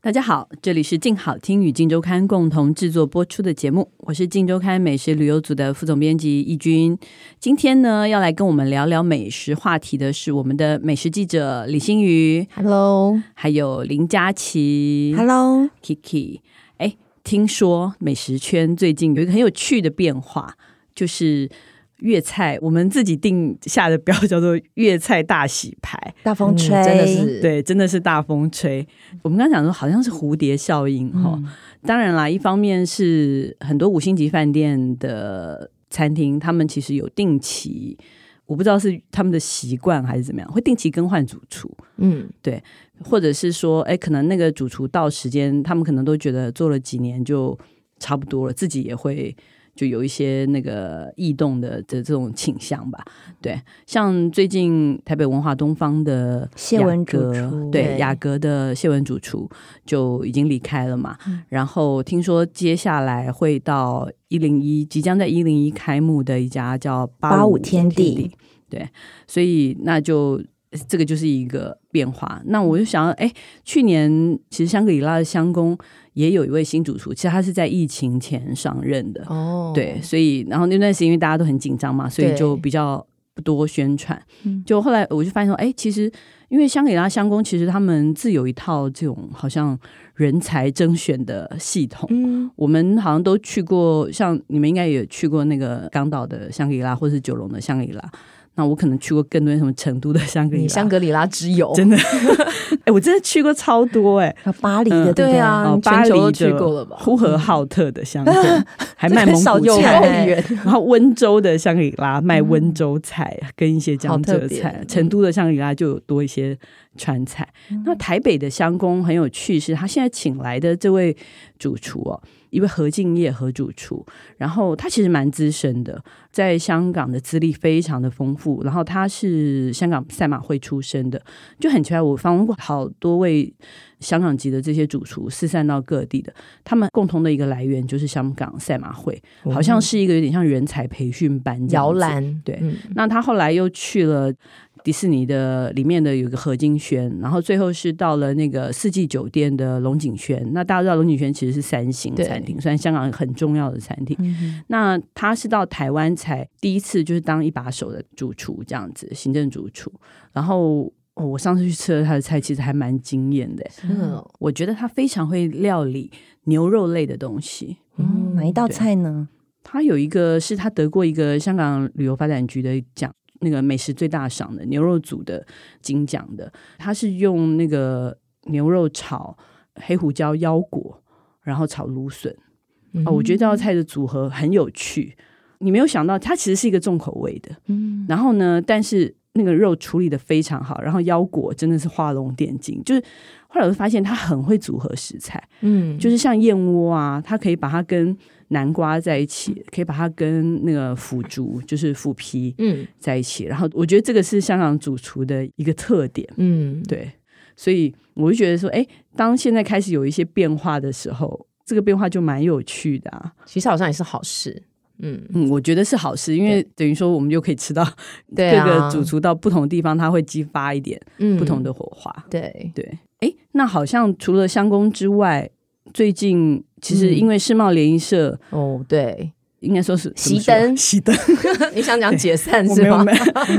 大家好，这里是静好听与静周刊共同制作播出的节目，我是静周刊美食旅游组的副总编辑易军。今天呢，要来跟我们聊聊美食话题的是我们的美食记者李新宇， Hello，Hello，还有林佳琪。Kiki，哎，听说美食圈最近有一个很有趣的变化，就是粤菜，我们自己定下的标叫做“粤菜大洗牌大风吹，嗯真的是”，对，嗯真的是大风吹。我们刚刚讲说，好像是蝴蝶效应哈、嗯哦当然啦，一方面是很多五星级饭店的餐厅，他们其实有定期，我不知道是他们的习惯还是怎么样，会定期更换主厨。嗯，或者是说，哎，可能那个主厨到时间，他们可能都觉得做了几年就差不多了，自己也会就有一些那个异动的的这种倾向吧。对，像最近台北文化东方的谢雅文主阁厨对对雅阁的谢文主厨就已经离开了嘛。嗯然后听说接下来会到一零一，即将在一零一开幕的一家叫八85天地地，对，所以那就这个就是一个变化。那嗯我就想，哎，去年其实香格里拉的香宫也有一位新主厨，其实他是在疫情前上任的，哦对，，所以然后那段时间因为大家都很紧张嘛，所以对就比较不多宣传嗯。就后来我就发现说，哎，其实因为香格里拉香宫其实他们自有一套这种好像人才甄选的系统。嗯，我们好像都去过，像你们应该也去过那个港岛的香格里拉，或是九龙的香格里拉。那我可能去过更多什么成都的香格里你拉，香格里拉之友，真的， 哎、我真的去过超多哎、还有巴黎的，嗯对不对啊，哦你巴黎全球都的去过了吧？呼和浩特的香格， 还卖蒙少古有有够菜，哎远， 然后温州的香格里拉卖温州菜跟一些江浙嗯好特菜别，嗯成都的香格里拉就有多一些川菜。那台北的香宫很有趣，是他现在请来的这位主厨哦，一位何敬业何主厨，然后他其实蛮资深的，在香港的资历非常的丰富，然后他是香港赛马会出身的，就很奇怪，我访问过好多位香港籍的这些主厨，四散到各地的，他们共同的一个来源就是香港赛马会。好像是一个有点像人才培训班这样哦摇子。篮，对嗯那他后来又去了迪士尼的里面的有一个何金轩，然后最后是到了那个四季酒店的龙井轩。那大家知道龙井轩其实是三星对餐厅，虽然香港很重要的餐厅。嗯那他是到台湾才第一次就是当一把手的主厨这样子，行政主厨。然后、哦我上次去吃了他的菜，其实还蛮惊艳的。真的哦我觉得他非常会料理牛肉类的东西。嗯，哪一道菜呢？他有一个是他得过一个香港旅游发展局的奖，那个美食最大赏的牛肉组的金奖的，他是用那个牛肉炒黑胡椒腰果，然后炒芦笋。嗯哦，我觉得这道菜的组合很有趣，你没有想到它其实是一个重口味的，嗯，然后呢，但是那个肉处理的非常好，然后腰果真的是画龙点睛，就是后来我就发现他很会组合食材。嗯，就是是像燕窝啊，它可以把它跟南瓜在一起，可以把它跟那个腐竹，就是腐皮嗯在一起。然后我觉得这个是香港主厨的一个特点，嗯，对。所以我就觉得说，哎，当现在开始有一些变化的时候，这个变化就蛮有趣的啊。其实好像也是好事，嗯，嗯，我觉得是好事，因为等于说我们就可以吃到各对个啊，主厨到不同的地方，它会激发一点嗯不同的火花。对，对，哎，那好像除了香工之外，最近其嗯实因为世贸联谊社。哦对， 应该说是怎熄么说灯熄灯，你想讲解 散我是没有吗？没有，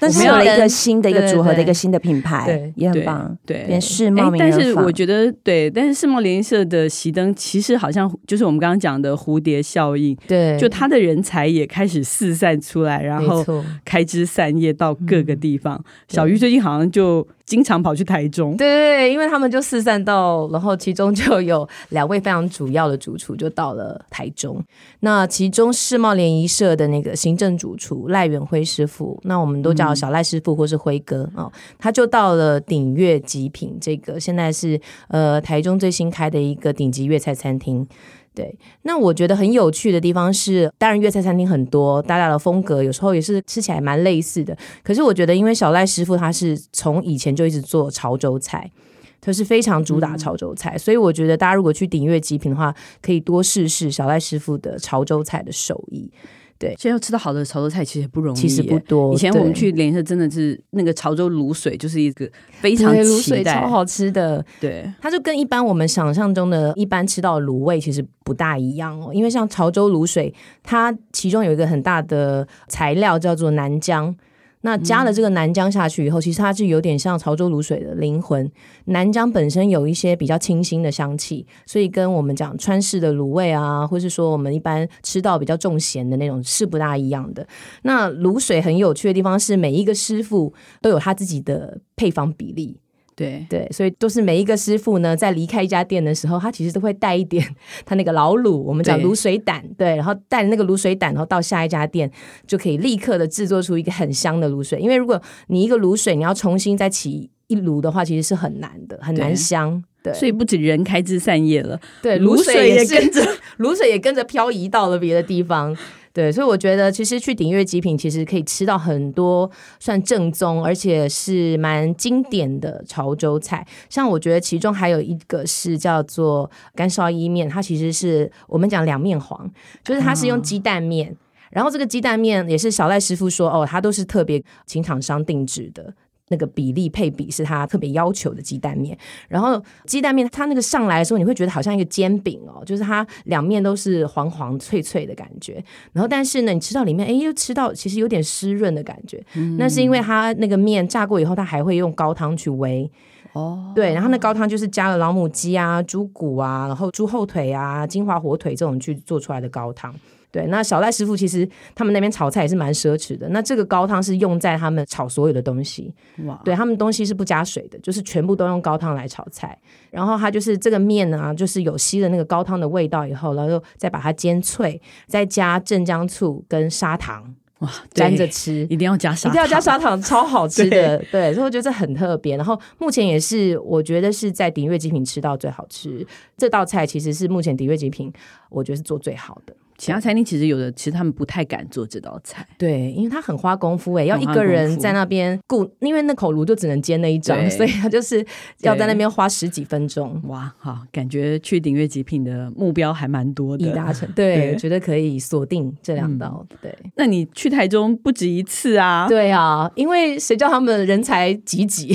但是有了一个新的一个对组合的对一个新的品牌对，也很对棒，对连。世贸诶名但人是坊我觉得对，但是世贸联谊社的熄灯其实好像就是我们刚刚讲的蝴蝶效应，对，就他的人才也开始四散出来，然没后错，嗯开枝散叶到各个地方。小鱼最近好像就经常跑去台中，对，因为他们就四散到，然后其中就有两位非常主要的主厨就到了台中。那其中世贸联谊社的那个行政主厨赖远辉师傅，那我们都叫小赖师傅或是辉哥、哦，他就到了鼎悦极品这个现在是呃台中最新开的一个顶级粤菜餐厅。对，那我觉得很有趣的地方是，当然粤菜餐厅很多，大家的风格有时候也是吃起来蛮类似的。可是我觉得，因为小赖师傅他是从以前就一直做潮州菜，他是非常主嗯打潮州菜，所以我觉得大家如果去鼎悦极品的话，可以多试试小赖师傅的潮州菜的手艺。现在要吃到好的潮州菜其实也不容易耶，其实不多，以前我们对去联谊社真的是那个潮州卤水就是一个非常对卤期水待超，好吃的，对，它就跟一般我们想象中的一般吃到的卤味其实不大一样哦，因为像潮州卤水，它其中有一个很大的材料叫做南姜。那加了这个南姜下去以后，其实它是有点像潮州卤水的灵魂。南姜本身有一些比较清新的香气，所以跟我们讲川式的卤味啊，或是说我们一般吃到比较重咸的那种是不大一样的。那卤水很有趣的地方是，每一个师傅都有他自己的配方比例。对，对，所以都是每一个师傅呢，在离开一家店的时候，他其实都会带一点他那个老卤，我们讲对卤水胆，对，然后带那个卤水胆，然后到下一家店就可以立刻的制作出一个很香的卤水。因为如果你一个卤水你要重新再起一炉的话，其实是很难的，很难对香。对，所以不止人开枝散叶了，对卤卤水水也也是跟着，卤水也跟着漂移到了别的地方。对，所以我觉得其实去鼎悦极品，其实可以吃到很多算正宗，而且是蛮经典的潮州菜。像我觉得其中还有一个是叫做干烧伊面，它其实是我们讲两面黄，就是它是用鸡蛋面。然后这个鸡蛋面也是小赖师傅说哦，他都是特别请厂商定制的，那个比例配比是他特别要求的鸡蛋面。然后鸡蛋面它那个上来的时候，你会觉得好像一个煎饼哦，就是它两面都是黄黄脆脆的感觉。然后但是呢，你吃到里面，哎，又吃到其实有点湿润的感觉。那是因为它那个面炸过以后，它还会用高汤去煨。哦，对，然后那高汤就是加了老母鸡啊、猪骨啊，然后猪后腿啊、金华火腿这种去做出来的高汤。对，那小赖师傅其实他们那边炒菜也是蛮奢侈的。那这个高汤是用在他们炒所有的东西，哇，对他们东西是不加水的，就是全部都用高汤来炒菜。然后它就是这个面啊，就是有吸了那个高汤的味道以后，然后再把它煎脆，再加镇江醋跟砂糖哇，沾对 着吃。一定要加砂糖，一定要加砂糖，超好吃的。对，所以我觉得这很特别。然后目前也是，我觉得是在鼎悦极品吃到最好吃这道菜，其实是目前鼎悦极品我觉得是做最好的。其他餐厅其实有的，其实他们不太敢做这道菜，对，因为它很花功夫诶、欸要很一花个人功夫在那边顾，因为那口炉就只能煎那一张对，所以他就是要对在那边花十几分钟。哇，好，感觉去鼎悦极品的目标还蛮多以的。达成，对，对嗯我觉得可以锁定这两道，对，那你去台中不止一次啊？对啊，因为谁叫他们人才济 济，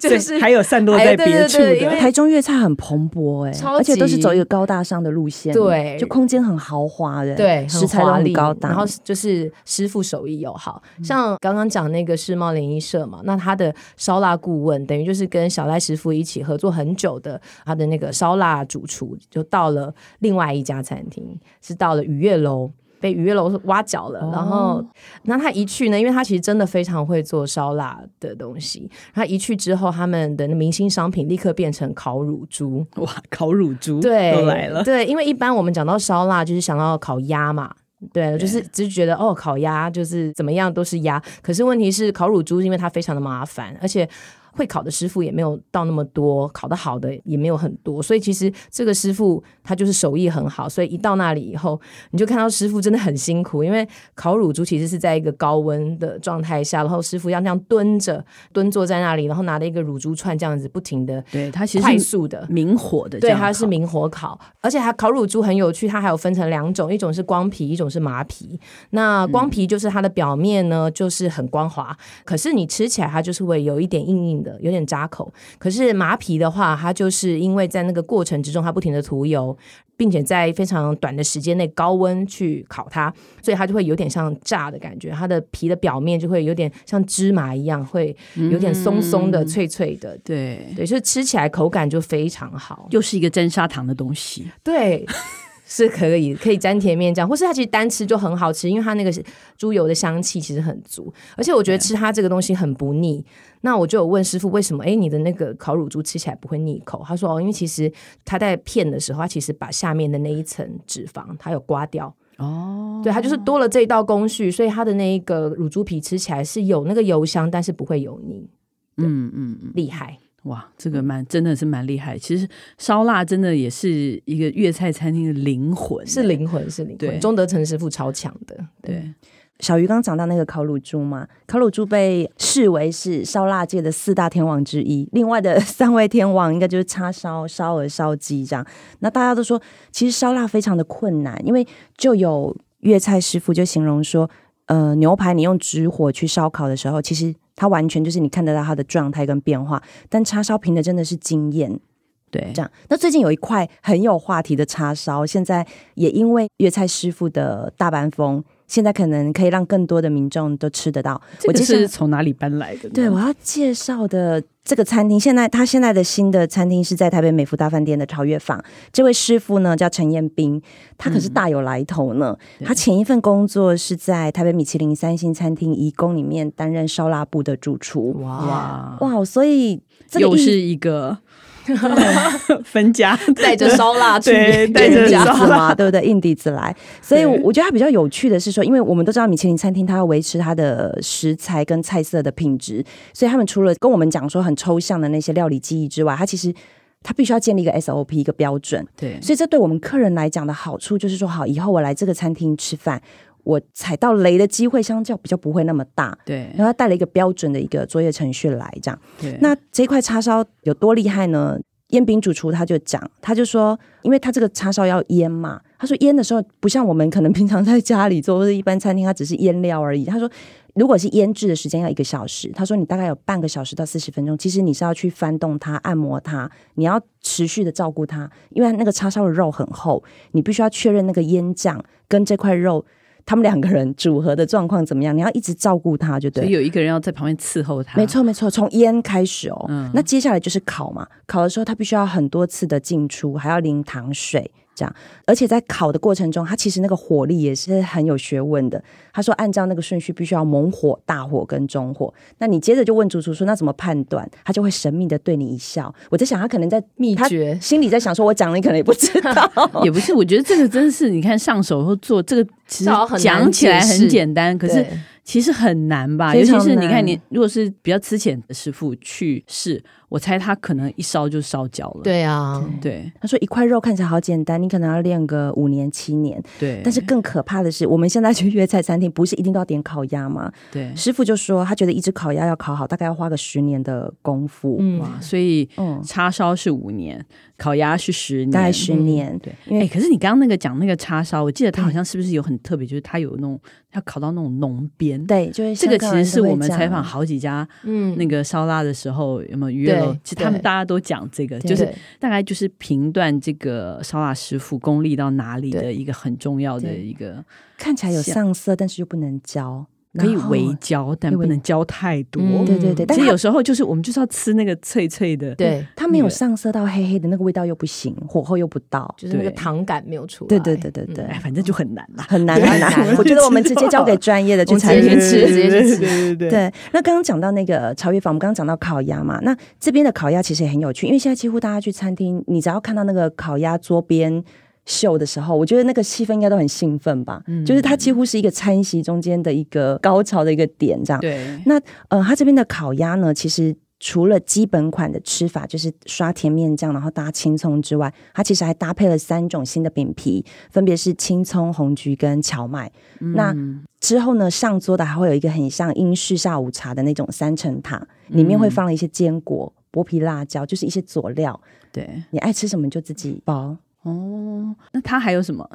对，就是还有散落在哎对别对处对因的为台中粤菜很蓬勃哎、超级而且都是走一个高大上的路线，对就空间很豪华的，对，食材都华很丽高档，然后就是师傅手艺又好，像刚刚讲那个世贸联谊社嘛，那他的烧腊顾问等于就是跟小赖师傅一起合作很久的，他的那个烧腊主厨就到了另外一家餐厅，是到了愉悦楼。被愉悦楼挖角了，然后哦那他一去呢，因为他其实真的非常会做烧腊的东西。他一去之后，他们的明星商品立刻变成烤乳猪，哇，烤乳猪对，都来了，对，因为一般我们讲到烧腊，就是想到烤鸭嘛。对，就是只是觉得哦，烤鸭就是怎么样都是鸭。可是问题是，烤乳猪因为它非常的麻烦，而且会烤的师傅也没有到那么多，烤的好的也没有很多。所以其实这个师傅他就是手艺很好，所以一到那里以后，你就看到师傅真的很辛苦，因为烤乳猪其实是在一个高温的状态下，然后师傅要那样蹲着蹲坐在那里，然后拿着一个乳猪串这样子不停的对，它其快实是速的明火的这对，样烤，它是明火烤，而且它烤乳猪很有趣，它还有分成两种，一种是光皮，一种是麻皮。嗯那光皮就是它的表面呢，就是很光滑，可是你吃起来它就是会有一点硬硬的，有点扎口。可是麻皮的话，它就是因为在那个过程之中，它不停的涂油，并且在非常短的时间内高温去烤它，所以它就会有点像炸的感觉，它的皮的表面就会有点像芝麻一样，会有点松松嗯的、脆脆的。对，对，所以吃起来口感就非常好。又是一个沾砂糖的东西，对， 是可以可以沾甜面酱，或是它其实单吃就很好吃，因为它那个猪油的香气其实很足，而且我觉得吃它这个东西很不腻。那我就有问师傅为什么？哎，你的那个烤乳猪吃起来不会腻口？他说哦，因为其实他在片的时候，他其实把下面的那一层脂肪它有刮掉。哦，对，它就是多了这一道工序，所以它的那一个乳猪皮吃起来是有那个油香，但是不会油腻，嗯嗯嗯，厉害。哇，这个蛮真的是蛮厉害。其实烧腊真的也是一个粤菜餐厅的灵魂，是灵魂，是灵对魂。钟德成师傅超强的，对，小鱼刚讲到那个烤乳猪嘛，烤乳猪被视为是烧腊界的四大天王之一，另外的三位天王应该就是叉烧、烧鹅、烧鸡这样。那大家都说，其实烧腊非常的困难，因为就有粤菜师傅就形容说，呃，牛排你用直火去烧烤的时候，其实它完全就是你看得到它的状态跟变化，但叉烧凭的真的是经验。对这样。那最近有一块很有话题的叉烧，现在也因为粤菜师傅的大阪风，现在可能可以让更多的民众都吃得到。这个接下来是嗯从哪里搬来的呢？对，我要介绍的这个餐厅，现在他现在的新的餐厅是在台北美福大饭店的朝月坊。这位师傅呢叫陈彦斌，他可是大有来头呢。对他前一份工作是在台北米其林三星餐厅怡宫里面担任烧腊部的主厨。哇，哇，哇，所以这个又意是一 个分家，带着烧腊去对带着硬底烧子腊，嘛，对不对？硬底子来，所以我对我觉得它比较有趣的是说，因为我们都知道米其林餐厅它要维持它的食材跟菜色的品质，所以他们除了跟我们讲说很抽象的那些料理技艺之外，它其实它必须要建立一个 SOP 一个标准， 对所以这对我们客人来讲的好处就是说，好，以后我来这个餐厅吃饭，我踩到雷的机会相较比较不会那么大。对然后他带了一个标准的一个作业程序来，这样。对，那这块叉烧有多厉害呢？燕饼主厨他就讲，他就说，因为他这个叉烧要腌嘛，他说腌的时候不像我们可能平常在家里做或者一般餐厅，他只是腌料而已。他说，如果是腌制的时间要一个小时，他说你大概有半个小时到四十分钟，其实你是要去翻动它、按摩它，你要持续的照顾它，因为那个叉烧的肉很厚，你必须要确认那个腌酱跟这块肉他们两个人组合的状况怎么样，你要一直照顾它就所对了以。有一个人要在旁边伺候他，没，错，没错，从腌开始哦。嗯那接下来就是烤嘛，烤的时候它必须要很多次的进出，还要淋糖水这样。而且在烤的过程中，它其实那个火力也是很有学问的。他说，按照那个顺序，必须要猛火、大火跟中火。那你接着就问主厨说，那怎么判断？他就会神秘的对你一笑。我在想，他可能在秘他诀心里在想说，我讲了，你可能也不知道。也不是，我觉得这个真是，你看上手后做这个，其实这好很难讲起来解很释简单，可是对其实很难吧？尤非其常是你看难你，如果是比较吃浅的师傅去试，我猜他可能一烧就烧焦了。对啊，对他说，一块肉看起来好简单，你可能要练个五年、七年。对，但是更可怕的是，我们现在去粤菜餐厅，不是一定都要点烤鸭吗？对师傅就说，他觉得一只烤鸭要烤好，大概要花个十年的功夫。嗯，嗯，哇，所以嗯叉烧是五年，烤鸭是十年，大概十年。对，因哎、为可是你刚刚那个讲那个叉烧，我记得它好像是不是有很特别，就是它有那种要烤到那种浓边。对，就是这香个其港实人是都会啊我们这样采访好几家嗯那个烧腊的时候，有没有约了对？其实他们对大家都讲这个，对就是对大概就是评断这个烧腊师傅功力到哪里的对一个很重要的对一个，看起来有像上色，但是又不能焦，可以然后微。焦，但可以微不能焦太多。嗯对对对，但其实是有时候就是我们就是要吃那个脆脆的，对，它没有那个上色到黑黑的那个味道又不行，火候又不到。就是那个对糖感没有出来，嗯对对对对对哎，，反正就很难啦。很难很很难。难我觉得我们直接交给专业的去我们采直接访去。吃直接去吃 对对对。对，那刚刚讲到那个朝月坊，我们刚刚讲到烤鸭嘛，那这边的烤鸭其实也很有趣，因为现在几乎大家去餐厅，你只要看到那个烤鸭桌边秀的时候，我觉得那个气氛应该都很兴奋吧，就是它几乎是一个餐席中间的一个高潮的一个点这样。对那呃，它这边的烤鸭呢，其实。除了基本款的吃法，就是刷甜面酱，然后搭青葱之外，它其实还搭配了三种新的饼皮，分别是青葱、红菊跟荞麦。那之后呢，上桌的还会有一个很像英式下午茶的那种三层塔，里面会放了一些坚果、剥皮辣椒，就是一些佐料，对你爱吃什么就自己包。哦，那它还有什么？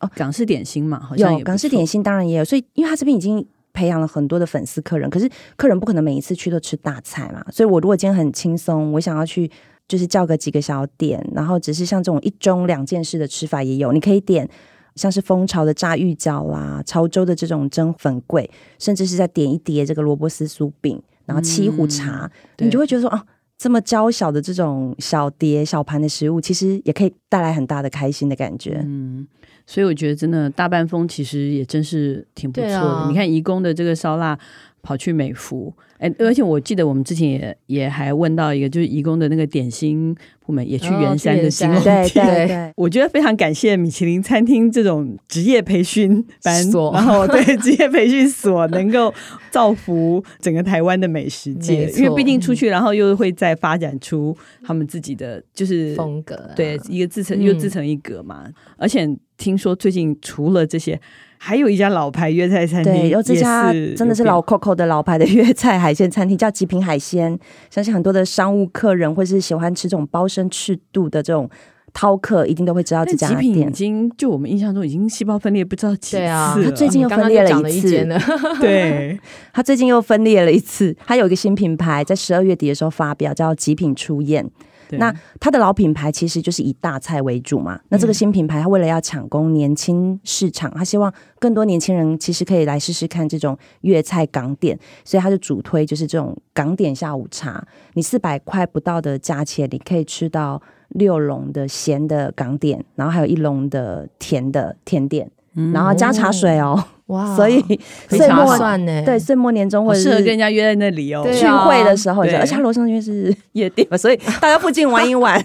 哦，港式点心嘛，好像也有不港式错点心当然也有，所以因为他这边已经培养了很多的粉丝客人，可是客人不可能每一次去都吃大菜嘛，所以我如果今天很轻松，我想要去。就是叫个几个小点，然后只是像这种一盅两件事的吃法也有，你可以点像是蜂巢的炸芋饺啦、潮州的这种蒸粉桂，甚至是再点一碟这个萝卜丝酥饼，然后沏一壶茶，嗯对你就会觉得说哦，这么娇小的这种小碟小盘的食物，其实也可以带来很大的开心的感觉。嗯所以我觉得真的大半风其实也真是挺不错的。对啊你看怡工的这个烧腊，跑去美孚，哎，而且我记得我们之前也也还问到一个，就是义工的那个点心部门也去哦圆去山的金圆山龙 对店对对对，我觉得非常感谢米其林餐厅这种职业培训班，所然后对职业培训所能够造福整个台湾的美食界没，错因为毕竟出去，然后又会再发展出他们自己的就是啊风格、对，一个自成嗯又自成一格嘛。而且听说最近除了这些，还有一家老牌粤菜餐厅，对，有这家也真的是有老 Coco 的老牌的 粤菜海鲜餐厅，叫极品海鲜。相信很多的商务客人或是喜欢吃这种包身赤肚的这种饕客，一定都会知道这变。家但极品已店。经就我们印象中已经细胞分裂不知道几次对啊了它最近又刚刚分就裂了讲一了一次间呢，对， 它最近又分裂了一次，它有一个新品牌，在十二月底的时候发表，叫极品初宴。对那它的老品牌其实就是以大菜为主嘛。那这个新品牌，它为了要抢攻年轻市场，它希望更多年轻人其实可以来试试看这种粤菜港点，所以它就主推就是这种港点下午茶。你四百块不到的价钱，你可以吃到六笼的咸的港点，然后还有一笼的甜的甜点，然后加茶水哦。嗯哇所以非岁常末算呢，对岁末年终好或者适合是跟人家约在那里哦。对聚啊会的时候，对而且它楼上因为是 夜店嘛，所以大家附近玩一 玩，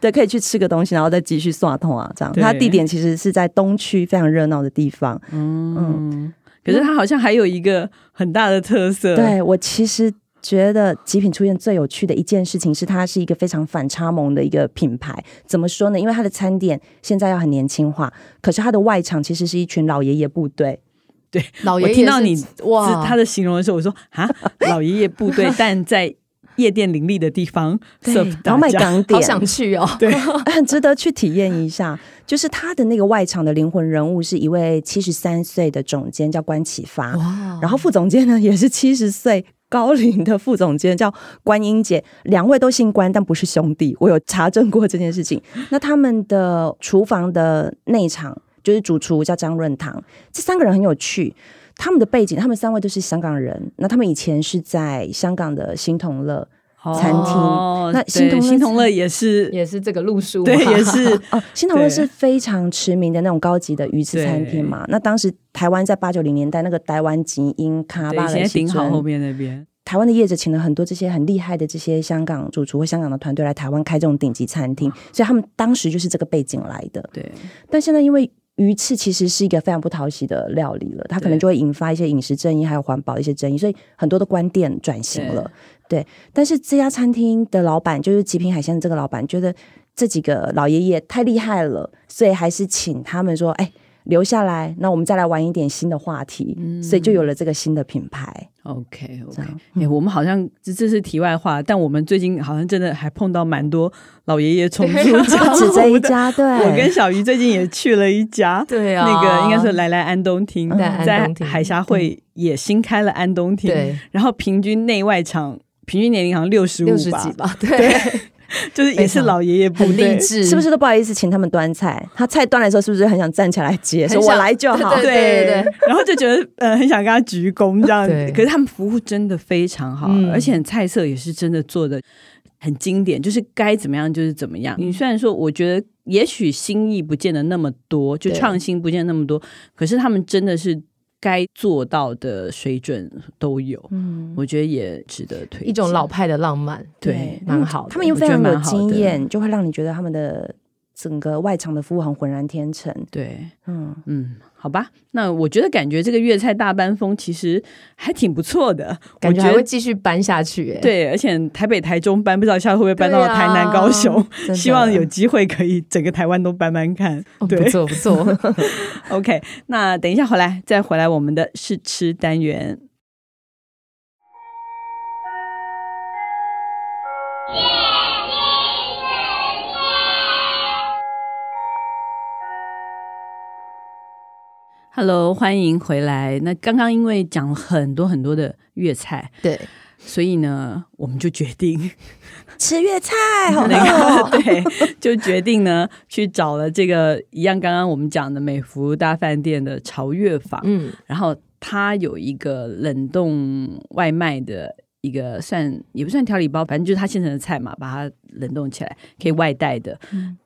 对，可以去吃个东西，然后再继续耍通啊，这样。对它地点其实是在东区非常热闹的地方。嗯，可是它好像还有一个很大的特色，，对我其实觉得极品出现最有趣的一件事情是，它是一个非常反差萌的一个品牌。怎么说呢？因为它的餐点现在要很年轻化，可是它的外场其实是一群老爷爷部队。老爷我爷听到是你哇，是他的形容的时候，我说 啊，老爷爷部队，但在夜店林立的地方 serve 然后大卖家，港好点，想去哦，很值得去体验一下。就是他的那个外场的灵魂人物是一位七十三岁的总监，叫关启发。哇然后副总监呢也是七十岁高龄的副总监，叫关英姐，两位都姓关，但不是兄弟，我有查证过这件事情。那他们的厨房的内场就是主厨叫张润堂，这三个人很有趣。他们的背景，他们三位都是香港人。那他们以前是在香港的新同乐， 餐厅哦那对新同乐新同乐也是，也是这个路数嘛，对，也 是哦，新同乐对是非常驰名的那种高级的鱼翅餐厅嘛。那当时台湾在八九零年代，那个台湾吉英卡对，巴现的在顶西好后装，面那边，台湾的业者请了很多这些很厉害的这些香港主厨或香港的团队来台湾开这种顶级餐嗯厅，所以他们当时就是这个背景来的。对，但现在因为鱼翅其实是一个非常不讨喜的料理了，它可能对就会引发一些饮食争议，还有环保的一些争议，所以很多的观点转型了。对，但是这家餐厅的老板就是极品海鲜的这个老板，觉得这几个老爷爷太厉害了，所以还是请他们说，哎。留下来，那我们再来玩一点新的话题，所以就有了这个新的品 牌。 OK OK，这样哎、我们好像这这是题外话，但我们最近好像真的还碰到蛮多老爷爷 重对出啊江不止这湖一的。家，对， 我跟小鱼最近也去了一家， 对啊，那个应该是来来安东厅，嗯在安在东厅海峡会也新开了安东厅，对然后平均内外场平均年龄好像六十六十五几吧，吧，对，就是也是老爷爷部很励队。志， 是不？是都不好意思请他们端菜？他菜端的时候，是不是很想站起来接，很说我想来就对好？对对对对，然后就觉得呃很想跟他鞠躬这样对子，可是他们服务真的非常好，嗯而且菜色也是真的做的很经典，就是该怎么样就是怎么样。你虽然说我觉得也许新意不见得那么多，就对创新不见得那么多，可是他们真的是该做到的水准都有，嗯，我觉得也值得推荐一种老派的浪漫，对他们蛮好的他们又我非觉得常有蛮好经的验，就会让你觉得他们的整个外场的服务很浑然天成。对，嗯，嗯。好吧，那我觉得感觉这个粤菜大班风其实还挺不错的，我感觉觉还得会继续搬下去，哎，对，而且台北、台中搬，不知道下次会不会搬对到啊台南、高雄。 真的希望有机会可以整个台湾都搬搬看。哦对不错不错。 OK，那等一下回来再回来我们的试吃单元。Hello，欢迎回来。那刚刚因为讲了很多很多的粤菜，对，所以呢，我们就决定 吃粤 菜好那个 对，就决定呢去找了这个一样，刚刚我们讲的美孚大饭店的潮粤坊，嗯，然后它有一个冷冻外卖的。一个算也不算调理包，反正就是它现成的菜嘛，把它冷冻起来，可以外带的。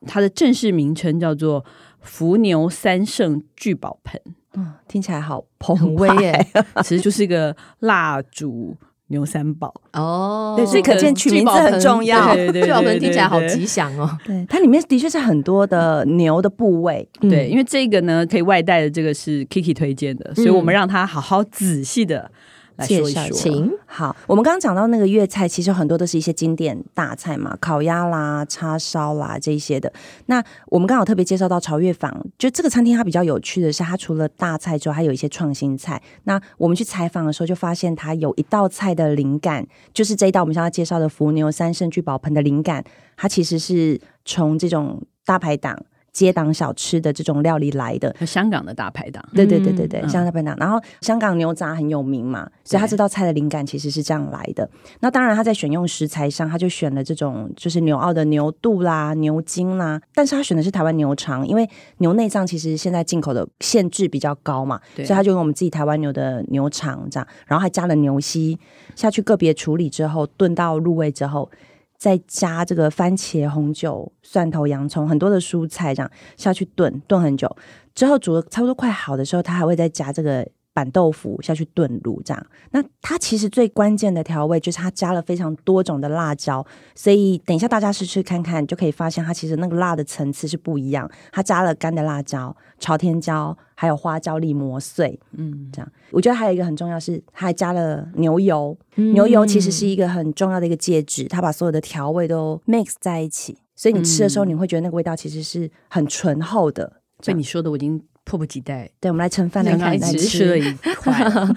它的正式名称叫做“福牛三圣聚宝盆”，嗯，听起来好很澎威湃。耶其实就是一个蜡烛牛三宝。哦对所以可见取名字很重要对对对聚宝盆听起来好对对吉祥哦。对，它里面的确是很多的牛的 部位，嗯对，因为这个呢，可以外带的这个是 Kiki 推荐的，所以我们让他好好仔细的来介说一绍说。请好，我们刚刚讲到那个粤菜，其实很多都是一些经典大菜嘛，烤鸭啦、叉烧啦这一些的。那我们刚好特别介绍到潮粤坊，就这个餐厅它比较有趣的是，它除了大菜之后，还有一些创新菜。那我们去采访的时候就发现，它有一道菜的灵感，就是这一道我们现在介绍的伏牛三圣聚宝盆的灵感，它其实是从这种大排档、街档小吃的这种料理来的。香港的大排档，对对对对对，嗯香港便当。然后香港牛杂很有名嘛，所以他对这道菜的灵感其实是这样来的。那当然他在选用食材上，他就选了这种就是牛澳的牛肚啦、牛筋啦，但是他选的是台湾牛肠，因为牛内脏其实现在进口的限制比较高嘛，所对以他就用我们自己台湾牛的牛肠这样，然后还加了牛膝下去个别处理之后，炖到入味之后。再加这个番茄、红酒、蒜头、洋葱，很多的蔬菜这样下去炖，炖很久，之后煮的差不多快好的时候，它还会再加这个板豆腐下去炖卤这样。那它其实最关键的调味就是它加了非常多种的辣椒，所以等一下大家试吃看看，就可以发现它其实那个辣的层次是不一样。它加了干的辣椒、朝天椒，还有花椒粒磨碎，嗯，这样。我觉得还有一个很重要是，它还加了牛油，嗯嗯牛油其实是一个很重要的一个介质，它把所有的调味都 mix 在一起，所以你吃的时候嗯你会觉得那个味道其实是很醇厚的。被你说的我已经迫不及待，对，我们来盛饭来刚看刚只来嗯吃了吃。一块，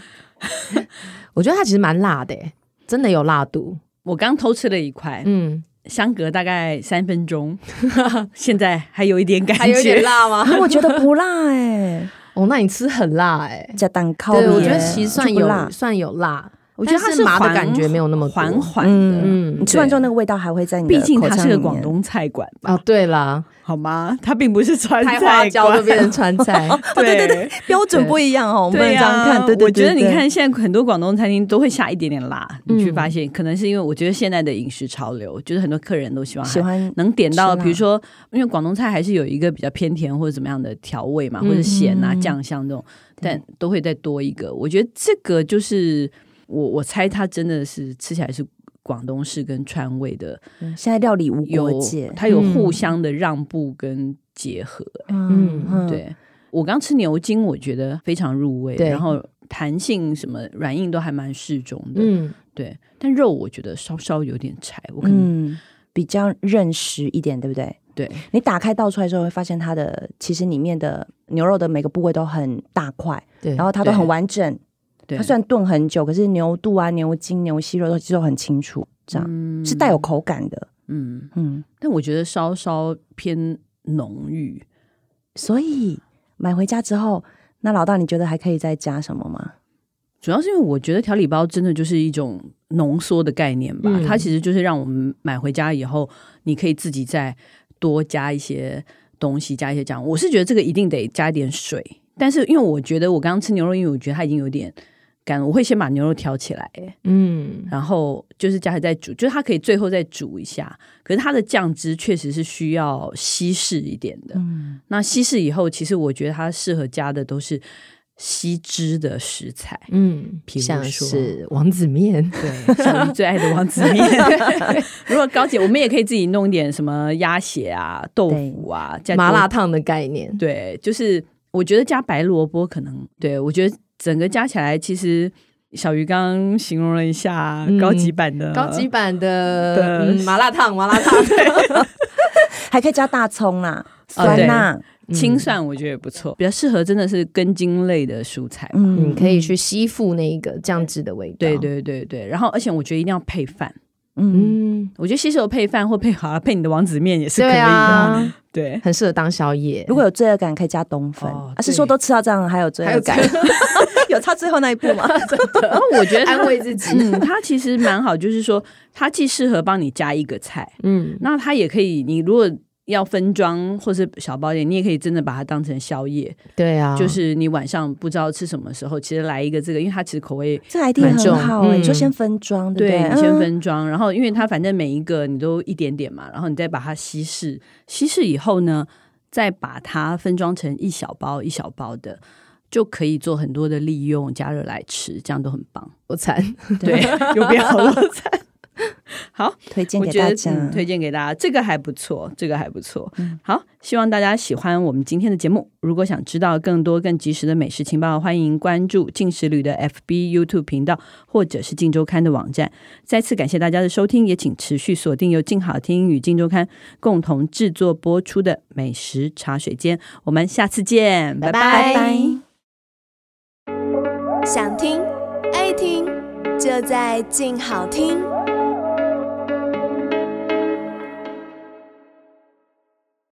我觉得它其实蛮辣的耶，真的有辣度。我刚偷吃了一块，嗯，相隔大概三分钟，现在还有一点感觉， 辣 吗？我觉得不辣哎、哦，那你吃很辣哎。加蛋糕对，耶我觉得其实算就不有辣。算有辣，我觉得它但是麻的缓感觉没有那么多缓缓的，嗯嗯你吃完之后那个味道还会在你的毕竟口它腔是个里广面东菜馆吧，啊，对啦，好吗？它并不是川菜拍馆，花椒就变成川菜，对 对对。 标准对不一样哦，我们不能对呀，这样看。对对对，我觉得你对看，现在很多广东餐厅都会下一点点辣，嗯你去发现，可能是因为我觉得现在的饮食潮流，就是很多客人都希望喜欢能点到，吃辣比如说，因为广东菜还是有一个比较偏甜或者怎么样的调味嘛，嗯或者咸啊、嗯酱香这种，对但都会再多一个。我觉得这个就是我我猜它真的是吃起来是广东式跟川味的嗯现在料理无有国界，它有嗯互相的让步跟结合、嗯嗯，对我刚吃牛筋，我觉得非常入味，对然后弹性什么软硬都还蛮适中的， 嗯，对。但肉我觉得稍稍有点柴，我可能、嗯，比较认识一点，对不对？对你打开倒出来之后，会发现它的其实里面的牛肉的每个部位都很大块，对，然后它都对很完整。对，它虽然炖很久，可是牛肚啊、牛筋、牛息肉都其实都很清楚，这样、嗯是带有口感的。嗯，嗯，但我觉得稍稍偏浓郁。所以买回家之后，那老大你觉得还可以再加什么吗？主要是因为我觉得调理包真的就是一种浓缩的概念吧，嗯它其实就是让我们买回家以后，你可以自己再多加一些东西，加一些酱。我是觉得这个一定得加一点水，但是因为我觉得我刚刚吃牛肉，因为我觉得它已经有点干，我会先把牛肉挑起来，嗯，然后就是加水再煮，就是它可以最后再煮一下。可是它的酱汁确实是需要稀释一点的。嗯，那稀释以后，其实我觉得它适合加的都是吸汁的食材。嗯，比如像说是王子 面，对，小鱼最爱的王子 面。如果高姐，我们也可以自己弄一点什么鸭血啊、豆腐啊，加麻辣。烫的概念，对，就是我觉得加白萝卜可能，对我觉得整个加起来，其实小鱼刚刚形容了一下嗯高级版的、高级版呃的的嗯麻辣烫，麻辣烫，还可以加大葱啦、哦酸辣，青蒜，我觉得也不错，比较适合真的是根茎类的蔬菜。嗯，你可以去吸附那个酱汁的味道，对，对对对，然后而且我觉得一定要配饭，嗯，嗯，我觉得吸手配饭或配好、啊、配你的王子面也是可以对的。啊，对，很适合当宵夜，如果有罪恶感，可以加冬粉。哦啊，是说对都吃到这样还有罪还有恶感？ 有差最后那一步吗？然 后我觉得它安慰自己，嗯，它其实蛮好，就是说它既适合帮你加一个菜，嗯，那它也可以，你如果要分装或是小包点，你也可以真的把它当成宵夜，对啊，就是你晚上不知道吃什么时候，其实来一个这个，因为它其实口味。 这 idea 蛮重很好哎，嗯你就先分装，对不对对？你先嗯。分装，然后因为它反正每一个你都一点点嘛，然后你再把它稀释，稀释以后呢，再把它分装成一小包一小包的，就可以做很多的利用，加热来吃，这样都很棒。多餐，对，有必要了。 好，推荐我给觉大得家。嗯嗯推荐给大家，这个还不错，这个还不错。好，希望大家喜欢我们今天的节目。如果想知道更多更及时的美食情报，欢迎关注进食旅的 FB、YouTube 频道，或者是静周刊的网站。再次感谢大家的收听，也请持续锁定由静好听与静周刊共同制作播出的美食茶水间。我们下次见，拜拜拜拜想听爱听，就在静好听。